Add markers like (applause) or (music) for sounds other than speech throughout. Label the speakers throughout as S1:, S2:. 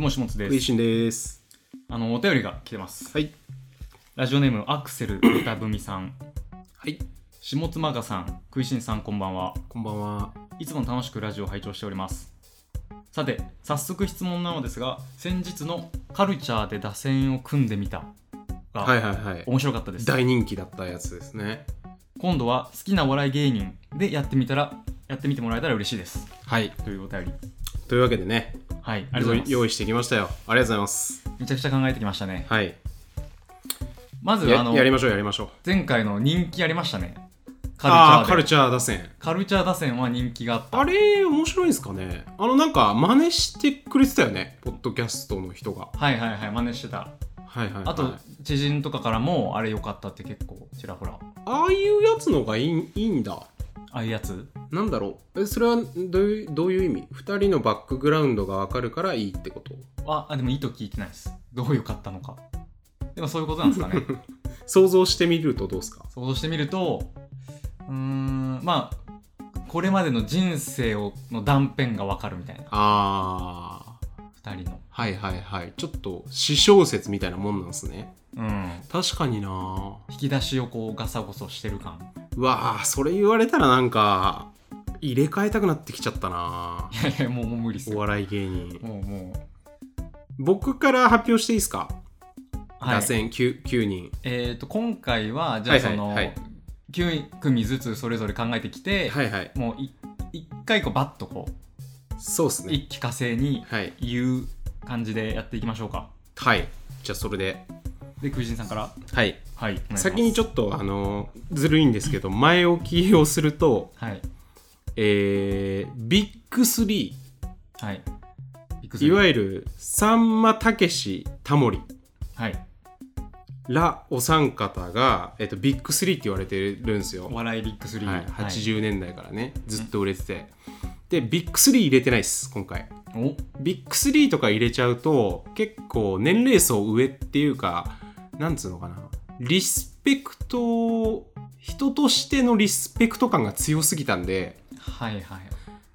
S1: もしもつで
S2: 食い
S1: す
S2: しんです
S1: あのお便りが来てます
S2: はい
S1: ラジオネームアクセル歌文さん
S2: はい
S1: 下妻賀さん食いしんさんこんばんは
S2: こんばんはい
S1: つも楽しくラジオを拝聴しておりますさて早速質問なのですが先日のカルチャーで打線を組んでみたが、
S2: はいはいはい
S1: 面白かったです
S2: 大人気だったやつですね
S1: 今度は好きなお笑い芸人でやってみたらやってみてもらえたら嬉しいです
S2: はい
S1: というお便り
S2: というわけでね
S1: はいありがとうございます
S2: 用意してきましたよありがとうございます
S1: めちゃくちゃ考えてきましたね
S2: はい
S1: まずあ
S2: や
S1: の
S2: やりましょうやりましょう
S1: 前回の人気ありましたねカルチャ
S2: あ
S1: ー
S2: あ
S1: で
S2: カルチャー打線
S1: カルチャー打線は人気があった
S2: あれ面白いんですかねあのなんか真似してくれてたよねポッドキャストの人が
S1: はいはいはい真似してた
S2: はいはい、はい、
S1: あと知人とかからもあれ良かったって結構ちらほら
S2: ああいうやつのがいいいいんだ
S1: ああいうやつ
S2: なんだろうえそれはどういうどういう意味2人のバックグラウンドがわかるからいいってこと
S1: ああでもいいと聞いてないですどう良かったのかでもそういうことなんですかね
S2: (laughs) 想像してみるとどうですか
S1: 想像してみるとうーんまあこれまでの人生をの断片が分かるみたいな
S2: あー
S1: 2人の
S2: はいはいはいちょっと私小説みたいなもんなんですね
S1: うん
S2: 確かにな
S1: 引き出しをこうガサゴソしてる感 (laughs)
S2: うわあそれ言われたらなんか入れ替えたくなってきちゃったない
S1: やいやもうもう無理っす
S2: お
S1: よ
S2: 笑い芸人
S1: もうもう
S2: 僕から発表していいですか、
S1: はい
S2: 打線 9, 9人
S1: えー、と今回はじゃあ
S2: はいは
S1: そ
S2: い
S1: の
S2: はい
S1: 9組ずつそれぞれ考えてきて、
S2: はいはい
S1: もうい一回こうバッとこう
S2: そうですね
S1: 一気呵成に
S2: はい
S1: 言う感じでやっていきましょうか
S2: はいじゃあそれで
S1: でクイジンさんから
S2: はい
S1: はい
S2: 先にち
S1: ょっ
S2: ょっとあのずるいんですけど前置きをすると
S1: とはい
S2: えー、ビッグスリ
S1: はいいく
S2: ーいわ
S1: ゆ
S2: ゆるさんまたけしタモリ
S1: はい
S2: らお三方が、えっと、ビッグスリーって言われてるんですよ
S1: お、笑いビッグスリー、
S2: はい、80年代からねずっと売れてて、でビッグスリー入れてないです今回
S1: お
S2: ビッグスリーとか入れちゃうと結構年齢層上っていうかなんつうのかなリスペクト人としてのリスペクト感が強すぎたんで
S1: はいはい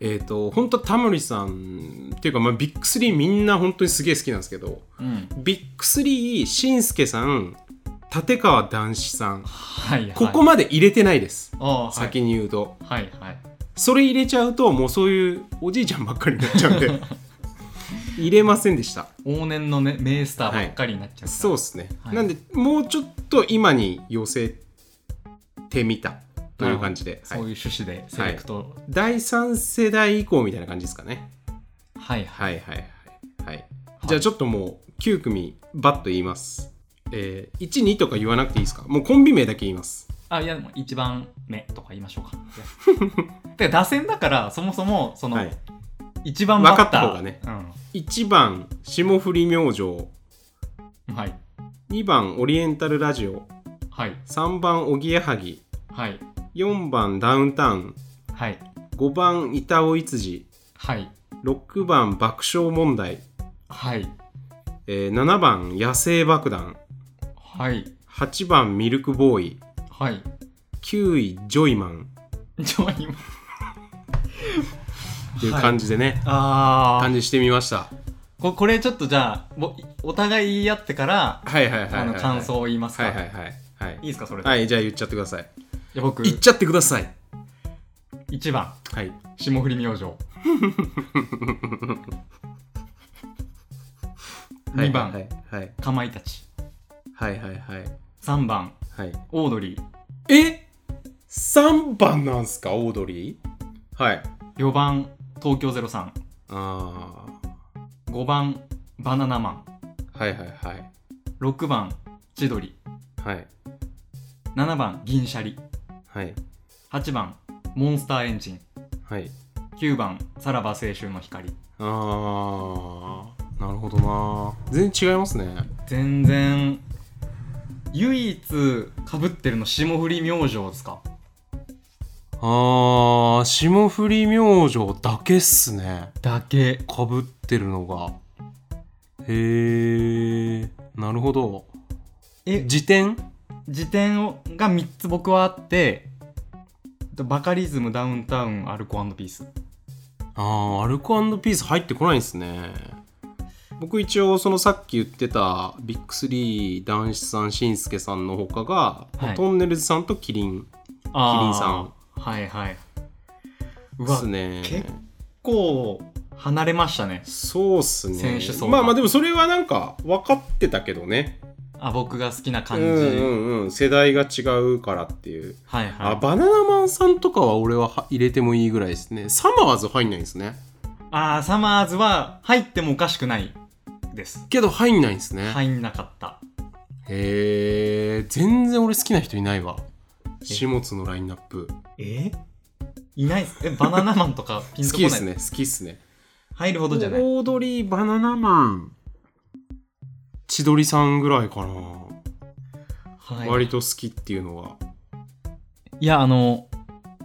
S2: えっ、と本当タモリさんっていうか、まあ、ビッグスリーみんな本当にすげえ好きなんですけど
S1: うん
S2: ビッグスリーしんすけさん立川談志さん
S1: はいはい
S2: ここまで入れてないです、
S1: あー
S2: 先に言うと、
S1: はいはいはい
S2: それ入れちゃうともうそういうおじいちゃんばっかりになっちゃうんで
S1: (laughs)
S2: 入れませんでした
S1: 往年のね名スターばっかりになっちゃうから、
S2: そうですね、
S1: はい
S2: なんでもうちょっと今に寄せてみたという感じで、
S1: そう
S2: はい
S1: いう趣旨でセレクト、
S2: 第3世代以降みたいな感じですかね
S1: はいはい
S2: はいはいはい、はい、じゃあちょっともう9組バッと言いますえー、12とか言わなくていいですかもうコンビ名だけ言います
S1: あいやでも1番目とか言いましょうか。
S2: (laughs)
S1: で打線だからそもそもその
S2: はい
S1: 1番バッター、
S2: 分かった方がね1番霜降り明星
S1: うん、はい
S2: 2番オリエンタルラジオ
S1: はい
S2: 3番おぎやはぎ
S1: はい
S2: 4番ダウンタウン
S1: はい
S2: 5番板尾いつじ
S1: はい
S2: 6番爆笑問題、
S1: はい
S2: えー7番野生爆弾
S1: はい
S2: 8番ミルクボーイ
S1: はい (laughs)
S2: 9位ジョイマン
S1: じゃあ今
S2: っていう感じでね、
S1: あ
S2: 感
S1: ー
S2: じしてみました
S1: ここれちょっとじゃあおお互い言い合ってから
S2: はいはいはいはい、
S1: あの感想を言いますか、
S2: はいはいはいはい
S1: いですかそれで、
S2: はいじゃあ言っちゃってください
S1: じゃあ僕
S2: 言っちゃってください
S1: 1番
S2: はい
S1: 霜降り明星2番、
S2: はいはい
S1: かまいたち
S2: はいはいはい
S1: 3番
S2: はい
S1: オードリー
S2: え3番なんすかオードリーはい
S1: 4番東京03
S2: あ
S1: 5番バナナマン
S2: ーはいはいはい
S1: 6番千鳥
S2: はい
S1: 7番銀シャリ
S2: はい
S1: 8番モンスターエンジン
S2: はい
S1: 9番さらば青春の光
S2: あーなるほどな全然違いますね
S1: 全然唯一かぶってるの霜降り明星ですか
S2: あー霜降り明星だけっすね
S1: だけ
S2: かぶってるのがへーなるほど
S1: え
S2: 辞典
S1: 辞典をが3つ僕はあってとバカリズムダウンタウンアルコピース
S2: あーアルコピース入ってこないんすね僕一応そのさっき言ってたビッグ3男子さんしんすけさんのほかが、
S1: はい
S2: トンネルズさんとキリン
S1: あー
S2: キリンさん
S1: はいはいう
S2: で
S1: わ
S2: すね
S1: 結構離れましたね
S2: そうっすね
S1: 選手層が
S2: まあまあでもそれはなんか分かってたけどね
S1: あ僕が好きな感
S2: う
S1: じ、
S2: んうんうん世代が違うからっていう、
S1: はいはい
S2: あバナナマンさんとかは俺はは入れてもいいぐらいですねサマーズ入んないんですね
S1: あーサマーズは入ってもおかしくないです
S2: けど入んないんですね、
S1: 入んなかった
S2: へえ全然俺好きな人いないわ下津のラインナップ
S1: えいないっすえバナナマンとかピ
S2: 好
S1: ンとこ
S2: き
S1: な
S2: で
S1: い
S2: すね好きですね
S1: 入るほどじゃない
S2: オードリーバナナマン千鳥さんぐらいかな、
S1: はい
S2: 割と好きっていうのはい
S1: やあの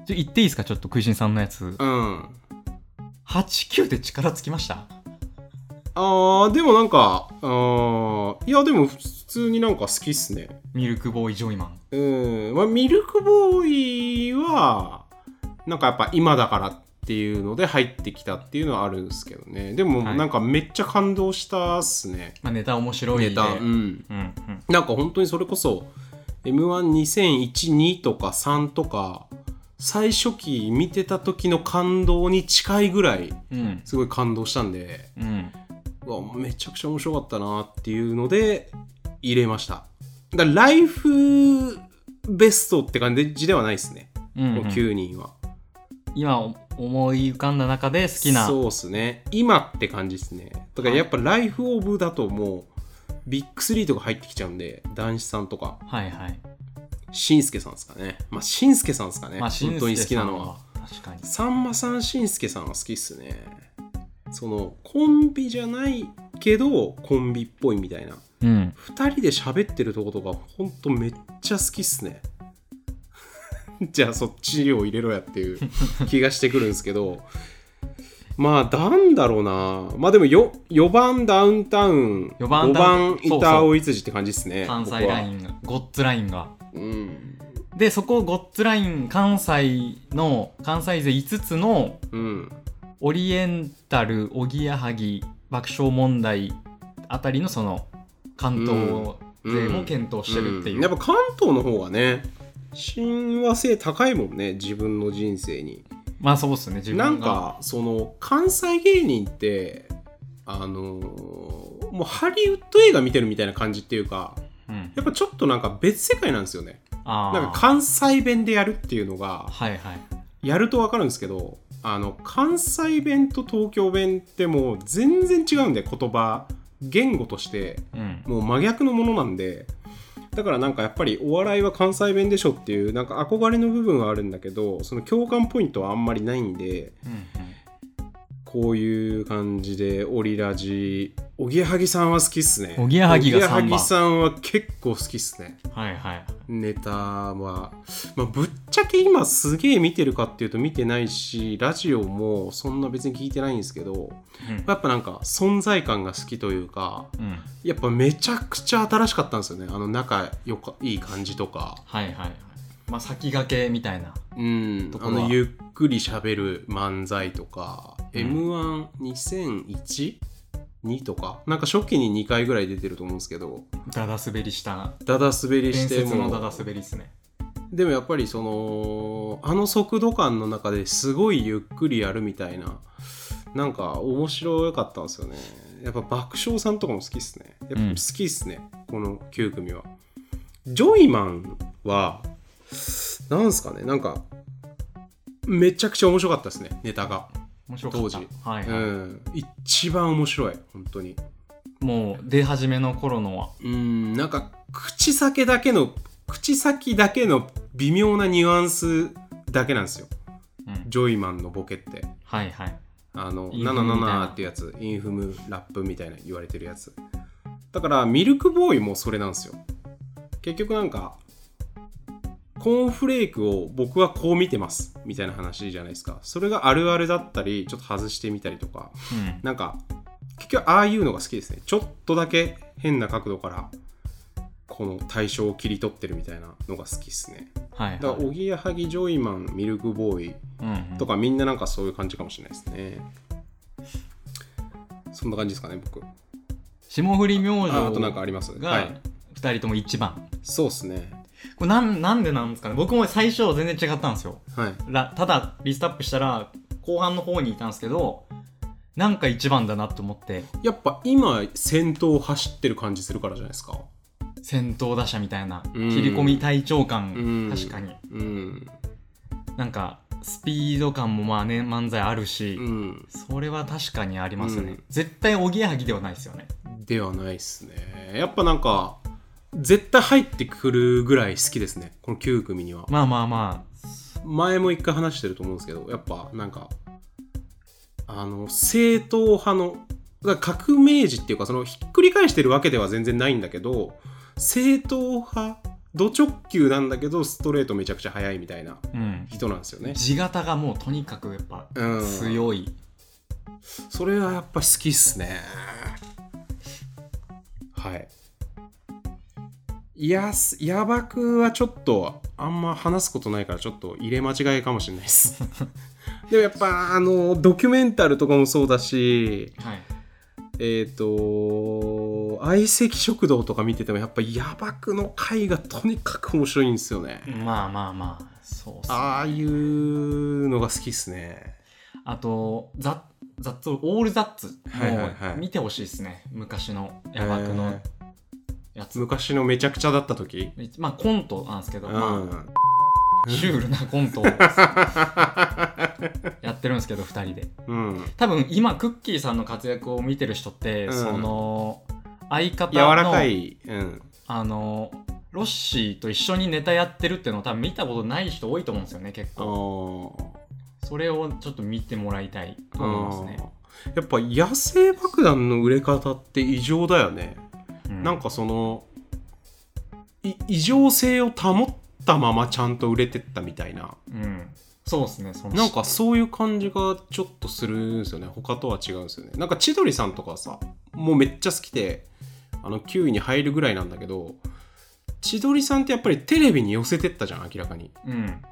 S1: ちょ言っていいですかちょっと食いしんさんのやつ
S2: うん
S1: 89で力つきました
S2: あーでもなんかあーいやでも普通になんか好きっすね
S1: ミルクボーイジョイマン
S2: うん、まあ、ミルクボーイはなんかやっぱ今だからっていうので入ってきたっていうのはあるんですけどねでも
S1: はい
S2: なんかめっちゃ感動したっすね、
S1: まあネタ面白いで
S2: ネタうん
S1: うんうん
S2: なんか本当にそれこそ m 1 2 0 0 2とか3とか最初期見てた時の感動に近いぐらい
S1: うん
S2: すごい感動したんで
S1: うん
S2: うわめちゃくちゃ面白かったなっていうので入れましただからライフベストって感じではないですね、
S1: うん
S2: この9人は
S1: 今お思い浮かんだ中で好きな
S2: そうっすね今って感じですねだからやっぱライフオブだともうビッグ3とか入ってきちゃうんで男子さんとか
S1: はいはい
S2: しんすけさんですかね。まあ、しんすけさんですかね。
S1: まあ
S2: 本当に好きなのは。
S1: 確かに
S2: さんまさん、しんすけさんは好きっすね。その、コンビじゃないけど、コンビっぽいみたいな。
S1: うん
S2: 二人で喋ってるとことか、ほんとめっちゃ好きっすね。 (laughs) じゃあ、そっちを入れろやっていう気がしてくるんですけど。まあ、なんだろうな。まあ、でもよ、4番ダウンタウン、
S1: 四番
S2: 5
S1: ダウン
S2: 番板尾いつじって感じっすね。
S1: 関西ライ
S2: ン。
S1: ンがゴッツラインが
S2: うん。
S1: でそこゴッツライン関西の関西勢5つの
S2: うん。
S1: オリエンタルおぎやはぎ爆笑問題あたりのその関東勢も検討してるっていう、
S2: んやっぱ関東の方がね親和性高いもんね自分の人生に
S1: まあそうっすね自分が
S2: なんかその関西芸人ってあのーもうハリウッド映画見てるみたいな感じっていうか
S1: うん、
S2: やっぱちょっとなんか別世界なんですよね
S1: あー
S2: なんか関西弁でやるっていうのが
S1: はいはい
S2: やると分かるんですけどあの関西弁と東京弁ってもう全然違うんで言葉言語として
S1: うん
S2: もう真逆のものなんでだからなんかやっぱりお笑いは関西弁でしょっていうなんか憧れの部分はあるんだけどその共感ポイントはあんまりないんで
S1: うんうん
S2: こういう感じでオリラジおぎやはぎさんは好きっすね
S1: おぎやはぎが
S2: おぎ
S1: 3
S2: やは
S1: 番
S2: ぎさんは結構好きっすね
S1: はいはい
S2: ネタは、まあ、ぶっちゃけ今すげえ見てるかっていうと見てないしラジオもそんな別に聞いてないんですけど
S1: うん
S2: やっぱなんか存在感が好きというか
S1: うん
S2: やっぱめちゃくちゃ新しかったんですよねあの仲良かいい感じとか
S1: はいはいはいまあ先駆けみたいな
S2: うん
S1: とこ
S2: あ
S1: ろは
S2: のゆっくり喋る漫才とか、
S1: うん
S2: m 1 2 0 0 2とかなんか初期に2回ぐらい出てると思うんですけど
S1: ダダ滑りした
S2: ダダ滑り
S1: 伝
S2: して
S1: 説
S2: も
S1: のダダ滑りっすね
S2: でもやっぱりそのあの速度感の中ですごいゆっくりやるみたいななんか面白かったんですよねやっぱ爆笑さんとかも好きっすねやっぱ
S1: うん
S2: 好きっすね、この9組はジョイマンはなんすかねなんかめちゃくちゃ面白かったですねネタが、
S1: 面白かった
S2: 当時
S1: はいはい、
S2: うん一番面白い本当に
S1: もう出始めの頃のは
S2: うんなんか口先だけの口先だけの微妙なニュアンスだけなんですよ
S1: うん
S2: ジョイマンのボケって
S1: はいはい
S2: あの
S1: インフムみたいな
S2: 77っていうやつインフムラップみたいな言われてるやつだからミルクボーイもそれなんですよ結局なんかコーンフレークを僕はこう見てますみたいな話じゃないですかそれがあるあるだったりちょっと外してみたりとか
S1: うん
S2: なんか結局ああいうのが好きですねちょっとだけ変な角度からこの対象を切り取ってるみたいなのが好きですね
S1: はいはい
S2: だからおぎやはぎジョイマンミルクボーイ
S1: うんうん
S2: とかみんななんかそういう感じかもしれないですね。そんな感じですかね、僕。
S1: 霜降り明星
S2: ああとなんかありますは
S1: が
S2: い
S1: 2人とも1番
S2: そうっすね
S1: これなんなんでなんですかね僕も最初全然違ったんですよ
S2: はい
S1: らただリストアップしたら後半の方にいたんですけどなんか1番だなと思って
S2: やっぱ今先頭を走ってる感じするからじゃないですか
S1: 先頭打者みたいな
S2: うん
S1: 切り込み隊長
S2: う
S1: 感
S2: ん
S1: 確かに
S2: うん
S1: なんかスピード感もまあね漫才あるし、
S2: うん
S1: それは確かにありますね、
S2: うん
S1: 絶対おぎやはぎではないですよね
S2: ではないっすねやっぱなんか絶対入ってくるぐらい好きですねこの9組には
S1: まあまあまあ
S2: 前も一回話してると思うんですけどやっぱなんかあの正統派のだから革命児っていうかそのひっくり返してるわけでは全然ないんだけど正統派ド直球なんだけどストレートめちゃくちゃ速いみたいな
S1: うん
S2: 人なんですよね。
S1: 地形がもうとにかくやっぱ
S2: うん、
S1: 強い、
S2: それはやっぱ好きっすねはいいやすやばくはちょっとあんま話すことないからちょっと入れ間違いかもしれないです
S1: (laughs)
S2: でもやっぱあのドキュメンタルとかもそうだし
S1: はい
S2: えっ、と相席食堂とか見ててもやっぱやばくの回がとにかく面白いんですよね、
S1: まあまあまあそうっすね
S2: ああいうのが好きっすね
S1: あと、ザッ、ザッツ、オールザッツ
S2: はいはいはい
S1: もう見てほしいですね。昔のヤバくのやつ。
S2: 昔のめちゃくちゃだった時
S1: まあコントなんですけど、
S2: う
S1: ま
S2: ん
S1: あ、シュールなコン
S2: (laughs)
S1: トをやってるんですけど、2人で。
S2: うん、
S1: 多分今、クッキーさんの活躍を見てる人って、
S2: うん
S1: その、相方
S2: 柔らか
S1: の、
S2: い、うん、
S1: あの、ロッシーと一緒にネタやってるっていうのを多分見たことない人多いと思うんですよね、結
S2: あ
S1: 構。
S2: ー
S1: それをちょっと見てもらいたいと思いますね。
S2: あーやっぱ野生爆弾の売れ方って異常だよね、
S1: うん
S2: なんかそのい異常性を保ったままちゃんと売れてったみたいな
S1: うん。そうですね、その
S2: なんかそういう感じがちょっとするんですよね他とは違うんですよねなんか千鳥さんとかはさもうめっちゃ好きであの9位に入るぐらいなんだけど千鳥さんってやっぱりテレビに寄せてったじゃん明らかに
S1: うん。うん
S2: だか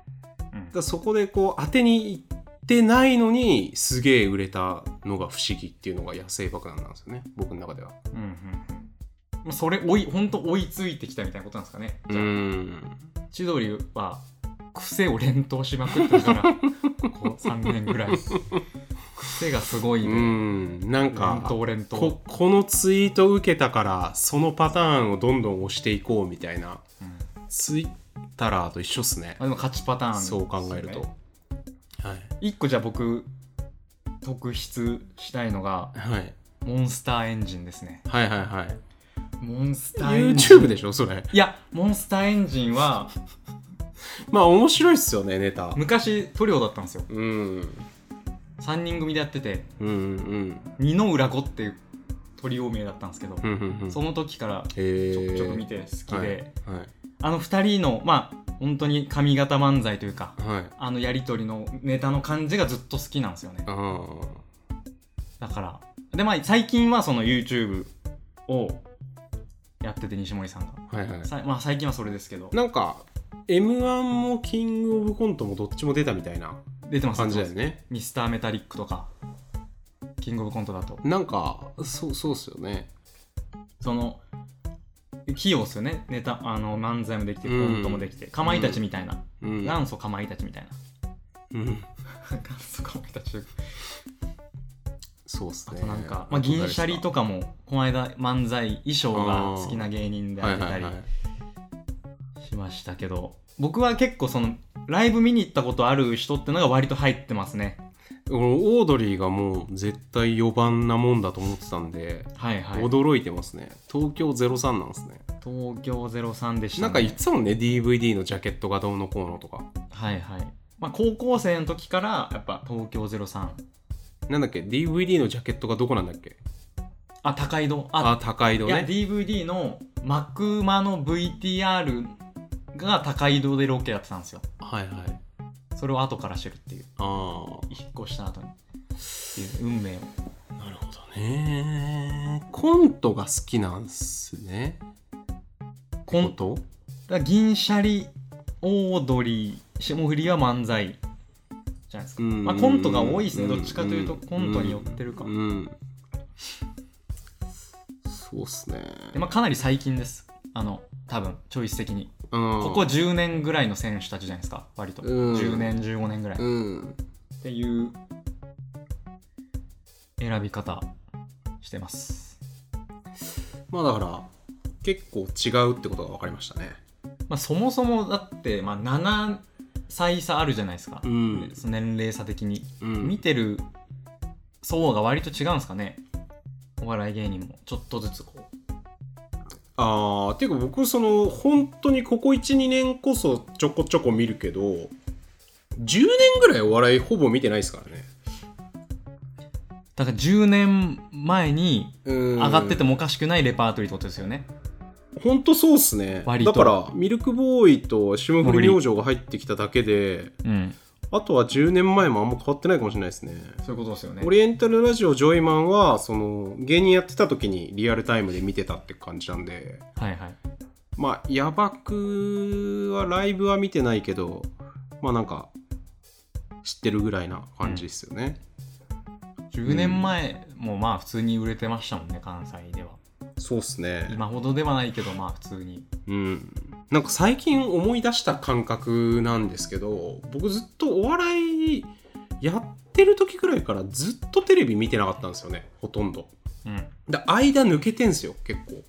S2: らそこでこう当てにいってないのにすげえ売れたのが不思議っていうのが野生爆弾なんですよね僕の中では
S1: うんうんうん。それ追い、本当追いついてきたみたいなことなんですかね。
S2: う
S1: じゃあ
S2: ん
S1: 千鳥は癖を連投しまくってるから、
S2: (laughs)
S1: こう3年ぐらい。癖がすごいね。
S2: うんなん
S1: 連
S2: か
S1: 投連
S2: こ
S1: 投。
S2: このツイート受けたからそのパターンをどんどん押していこうみたいな
S1: うん
S2: ツイッターと一緒っすね
S1: あでも勝ちパターンですね、
S2: そう考えるとはい
S1: 一個じゃあ僕、特筆したいのが、
S2: はい
S1: モンスターエンジンですね。
S2: はいはいはい
S1: モンスターエンジン。
S2: YouTube でしょそれ
S1: いや、モンスターエンジンは、
S2: まあ面白いっすよねネタ
S1: 昔、トリオだったんですよ。
S2: うん
S1: 3人組でやってて、
S2: うんうん
S1: 二の浦子っていうトリオ名だったんですけど、
S2: うんうんうん
S1: その時から
S2: へえ
S1: ちょくちょく見て好きで、
S2: はいはい
S1: あの2人のまあ本当に髪型漫才というか
S2: はい。
S1: あのやり取りのネタの感じがずっと好きなんですよね
S2: ああ。
S1: だからでまあ最近はその YouTube をやってて西森さんが、
S2: はいはい。
S1: さいまあ最近はそれですけど
S2: なんか、M1 もキングオブコントもどっちも出たみたいな
S1: 出てます
S2: 感じだよ
S1: 出て
S2: ね
S1: ま。すミスターメタリックとかキングオブコントだと
S2: なんか、そう、そうっすよね。
S1: その器用ですよねネタあの漫才もできてコントもできて、かまいたちみたいな、
S2: うん。
S1: 元祖かまいたちみたいな
S2: うん。
S1: 元祖かまいたちというか
S2: そうっす
S1: あ
S2: ね。
S1: となんか、まあ、銀シャリとかもこの間漫才衣装が好きな芸人で
S2: は
S1: あ
S2: い
S1: げ
S2: は
S1: た
S2: い
S1: り
S2: はい。
S1: しましたけど、僕は結構そのライブ見に行ったことある人ってのが割と入ってますね
S2: 俺オードリーがもう絶対4番なもんだと思ってたんで、
S1: はいはい
S2: 驚いてますね。東京03なんですね。
S1: 東京03でした、ね、
S2: なんか言ってたもんね、DVD のジャケットがどうのこうのとか。
S1: はいはい、まあ、高校生の時からやっぱ東京03
S2: なんだっけ、DVD のジャケットがどこなんだっけ
S1: あ高井戸あ
S2: あ、高井戸
S1: いや
S2: ね。
S1: DVD の幕間の VTR が高井戸でロケやってたんですよ
S2: はいはい。
S1: それを後から知るっていう
S2: ああ。
S1: 引っ越した後にっていう運命を
S2: なるほどね。コントが好きなんすね。
S1: コンだ
S2: ト
S1: から銀シャリオードリー霜降りは漫才じゃないですか、
S2: うん
S1: まあ、コントが多いですね
S2: うん
S1: どっちかというとコントに寄ってるか
S2: うん。そそうっすね。
S1: でまあ、かなり最近ですあの多分チョイス的に
S2: うん、
S1: ここ10年ぐらいの選手たちじゃないですか割と、
S2: うん
S1: 10年15年ぐらい、っ
S2: うん。
S1: ていう選び方してます、
S2: まあだから、結構違うってことが分かりましたね。
S1: まあ、そもそもだって、まあ、7歳差あるじゃないですか、
S2: ん
S1: その年齢差的に、
S2: うん
S1: 見てる層が割と違うんですかねお笑い芸人もちょっとずつこう
S2: ああていうか僕その本当にここ12年こそちょこちょこ見るけど10年ぐらいお笑いほぼ見てないですからね
S1: だから10年前に
S2: うん
S1: 上がっててもおかしくないレパートリーってことですよね、
S2: 本当そうっすね
S1: 割と
S2: だからミルクボーイと霜降り明星が入ってきただけで
S1: うん、
S2: あとは10年前もあんま変わってないかもしれないですね
S1: そういうことですよね
S2: オリエンタルラジオジョイマンはその芸人やってた時にリアルタイムで見てたって感じなんで
S1: はいはい
S2: まあ、やばくはライブは見てないけど、まあなんか、知ってるぐらいな感じですよね。
S1: 10年前もまあ普通に売れてましたもんね関西では
S2: そうっすね。
S1: 今ほどではないけどまあ普通に
S2: うん。なんか最近思い出した感覚なんですけど、僕ずっとお笑いやってる時くらいからずっとテレビ見てなかったんですよね、ほとんど。
S1: うん
S2: で、間抜けてんすよ、結構。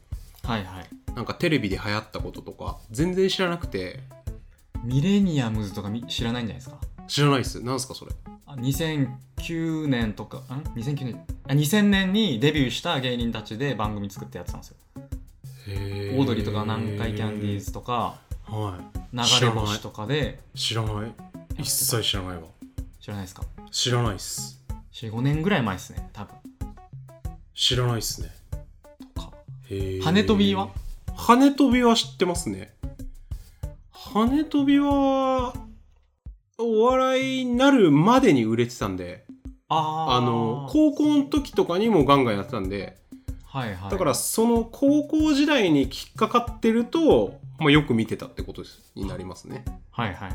S1: はいはい
S2: なんかテレビで流行ったこととか、全然知らなくて、
S1: ミレニアムズとかみ知らないんじゃないですか
S2: 知らないっす。なんすか、それ。
S1: あ2009年とかん2009年あ2000年にデビューした芸人たちで番組作ってやってたんですよ
S2: オ
S1: オ
S2: ー
S1: ードリーとか南海キャンディーズ。とか
S2: はい。
S1: 流れ星とかで
S2: 知らない一切知らないわ
S1: 知らないですか
S2: 知らないっす
S1: 45年ぐらい前ですね多分
S2: 知らないっすね
S1: とか
S2: へー
S1: 羽飛びは
S2: 羽飛びは知ってますね羽飛びはお笑いになるまでに売れてたんで
S1: あー
S2: あの高校の時とかにもガンガンやってたんで
S1: はいはい
S2: だからその高校時代に引っかかってると、まあ、よく見てたってことですになりますね
S1: はいはい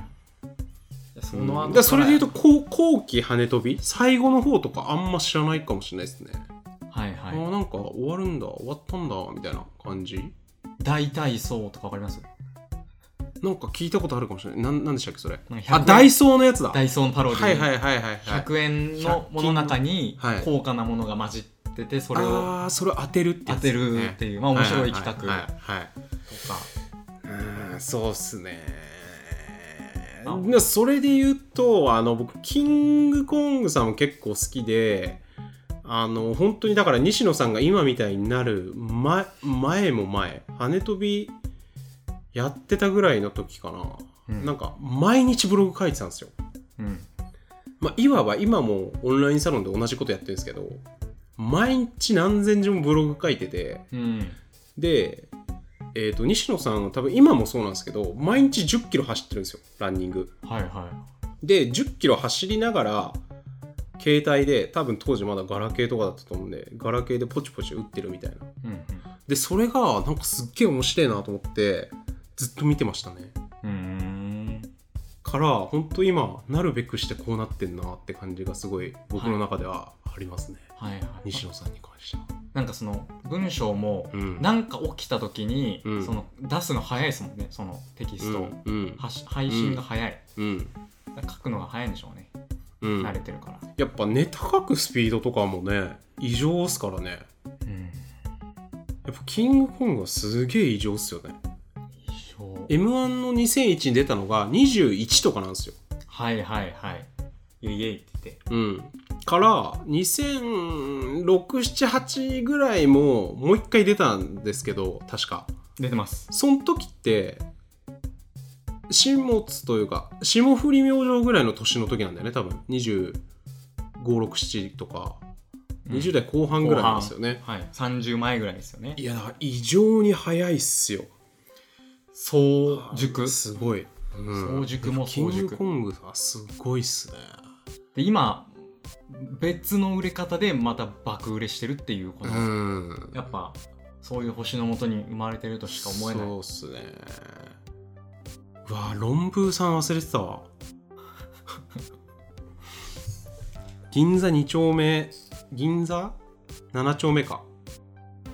S1: そ
S2: うん
S1: の後
S2: だからそれでいうと
S1: か
S2: 後後期羽飛び最後の方とかあんま知らないかもしれないですね
S1: らはいはい
S2: あーなんか終わるんだ終わったんだみたいな感じ
S1: 大体そうとかわかります
S2: なんか聞いたことあるかもしれないなんなんでしたっけそれ
S1: なんか100
S2: あダイソーのやつだは
S1: ダ
S2: い
S1: イソーのパロディ、
S2: はいはいはいはい
S1: 100円のものの中に
S2: はい
S1: 高価なものが混じっててそれを
S2: ああそれ当てるって
S1: 当
S2: やつ
S1: て
S2: です
S1: る
S2: ね
S1: っていう、まあ、面白い企画と
S2: は
S1: か
S2: いはいはい、はい、うーんそうっすね
S1: あ
S2: でそれで言うとあの僕キングコングさんも結構好きであの本当にだから西野さんが今みたいになる前前も前羽飛びやってたぐらいの時かな、
S1: うん
S2: なんか毎日ブログ書いてたんですよ
S1: うん
S2: まあ、いわば今もオンラインサロンで同じことやってるんですけど毎日何千字もブログ書いてて
S1: うん
S2: で、えー、と西野さんは多分今もそうなんですけど毎日1 0キロ走ってるんですよランニング
S1: はいは
S2: で1 0キロ走りながら携帯で多分当時まだガラケーとかだったと思うんでガラケーでポチポチ打ってるみたいな
S1: いう
S2: でそれがなんかすっげえ面白いなと思ってずっと見てましたね
S1: んうんうーん
S2: から本当今なるべくしてこうなってんなって感じがすごい僕の中ではありますね、
S1: はいはい
S2: 西野さんに関しては。
S1: なんかその文章も
S2: うん
S1: なんか起きた時に、
S2: うん
S1: その出すの早いですもんねそのテキストを、
S2: うん
S1: はし配信が早い、
S2: うん
S1: だから書くのが早いんでしょうね、
S2: うん
S1: 慣れてるから
S2: やっぱネタ書くスピードとかもね異常っすからね
S1: うん
S2: やっぱキングコングはすげえ異常っすよね
S1: 一生
S2: m 1の2001に出たのが21とかなんですよ
S1: はいはいはいイエイイエイって言って
S2: うんから2006788ぐらいももう一回出たんですけど確か
S1: 出てます
S2: その時って新物というか霜降り明星ぐらいの年の時なんだよね多分2567とか
S1: うん
S2: 20代後半ぐらいなんですよね、
S1: はい、30前ぐらいですよね
S2: いやだから異常に早いっすよ
S1: 早熟
S2: すごい、
S1: 早熟も
S2: キン
S1: 早
S2: グ
S1: 熟
S2: コングさすごいっすね
S1: で今別の売れ方でまた爆売れしてるっていうこ
S2: う
S1: の、
S2: ん
S1: やっぱそういう星のもとに生まれてるとしか思えない
S2: そうっすねうわ論文さん忘れてたわ銀座2丁目銀座7丁目か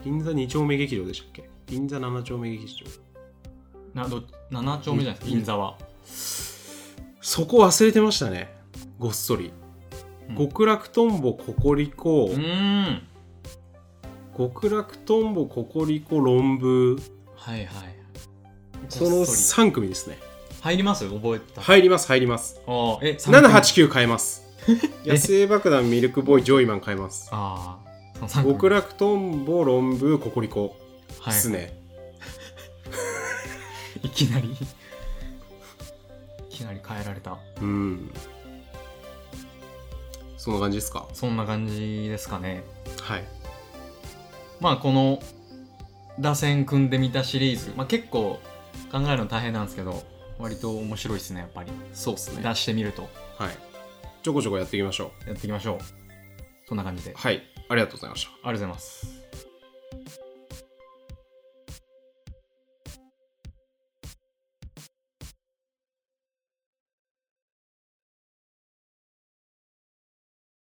S2: 銀座2丁目劇場でしたっけ銀座7丁目劇場
S1: など7丁目じゃないですか銀座は、
S2: そこ忘れてましたねごっそり、
S1: うん
S2: 極楽とんぼココリコ、
S1: うーん
S2: 極楽とんぼココリコ論文
S1: はいはい
S2: その
S1: こっそ
S2: 3組ですね
S1: り入ります覚えてた
S2: 入ります入ります
S1: ああえ三組
S2: 789変え (laughs) ます野生爆弾ミルクボーイジョイマン変えます
S1: ああその三組
S2: 極楽とんぼ論文ココリコ
S1: は
S2: で
S1: い
S2: すね、
S1: いきなりいきなり変えられた
S2: うんそんな感じですか
S1: そんな感じですかね
S2: はい
S1: まあこの打線組んでみたシリーズ、まあ、結構考えるの大変なんですけど割と面白いですねやっぱり
S2: そうっすね
S1: 出してみると
S2: はいちょこちょこやっていきましょ
S1: やっていきましょうそんな感じであり
S2: うはいありがとうございました
S1: がとうございます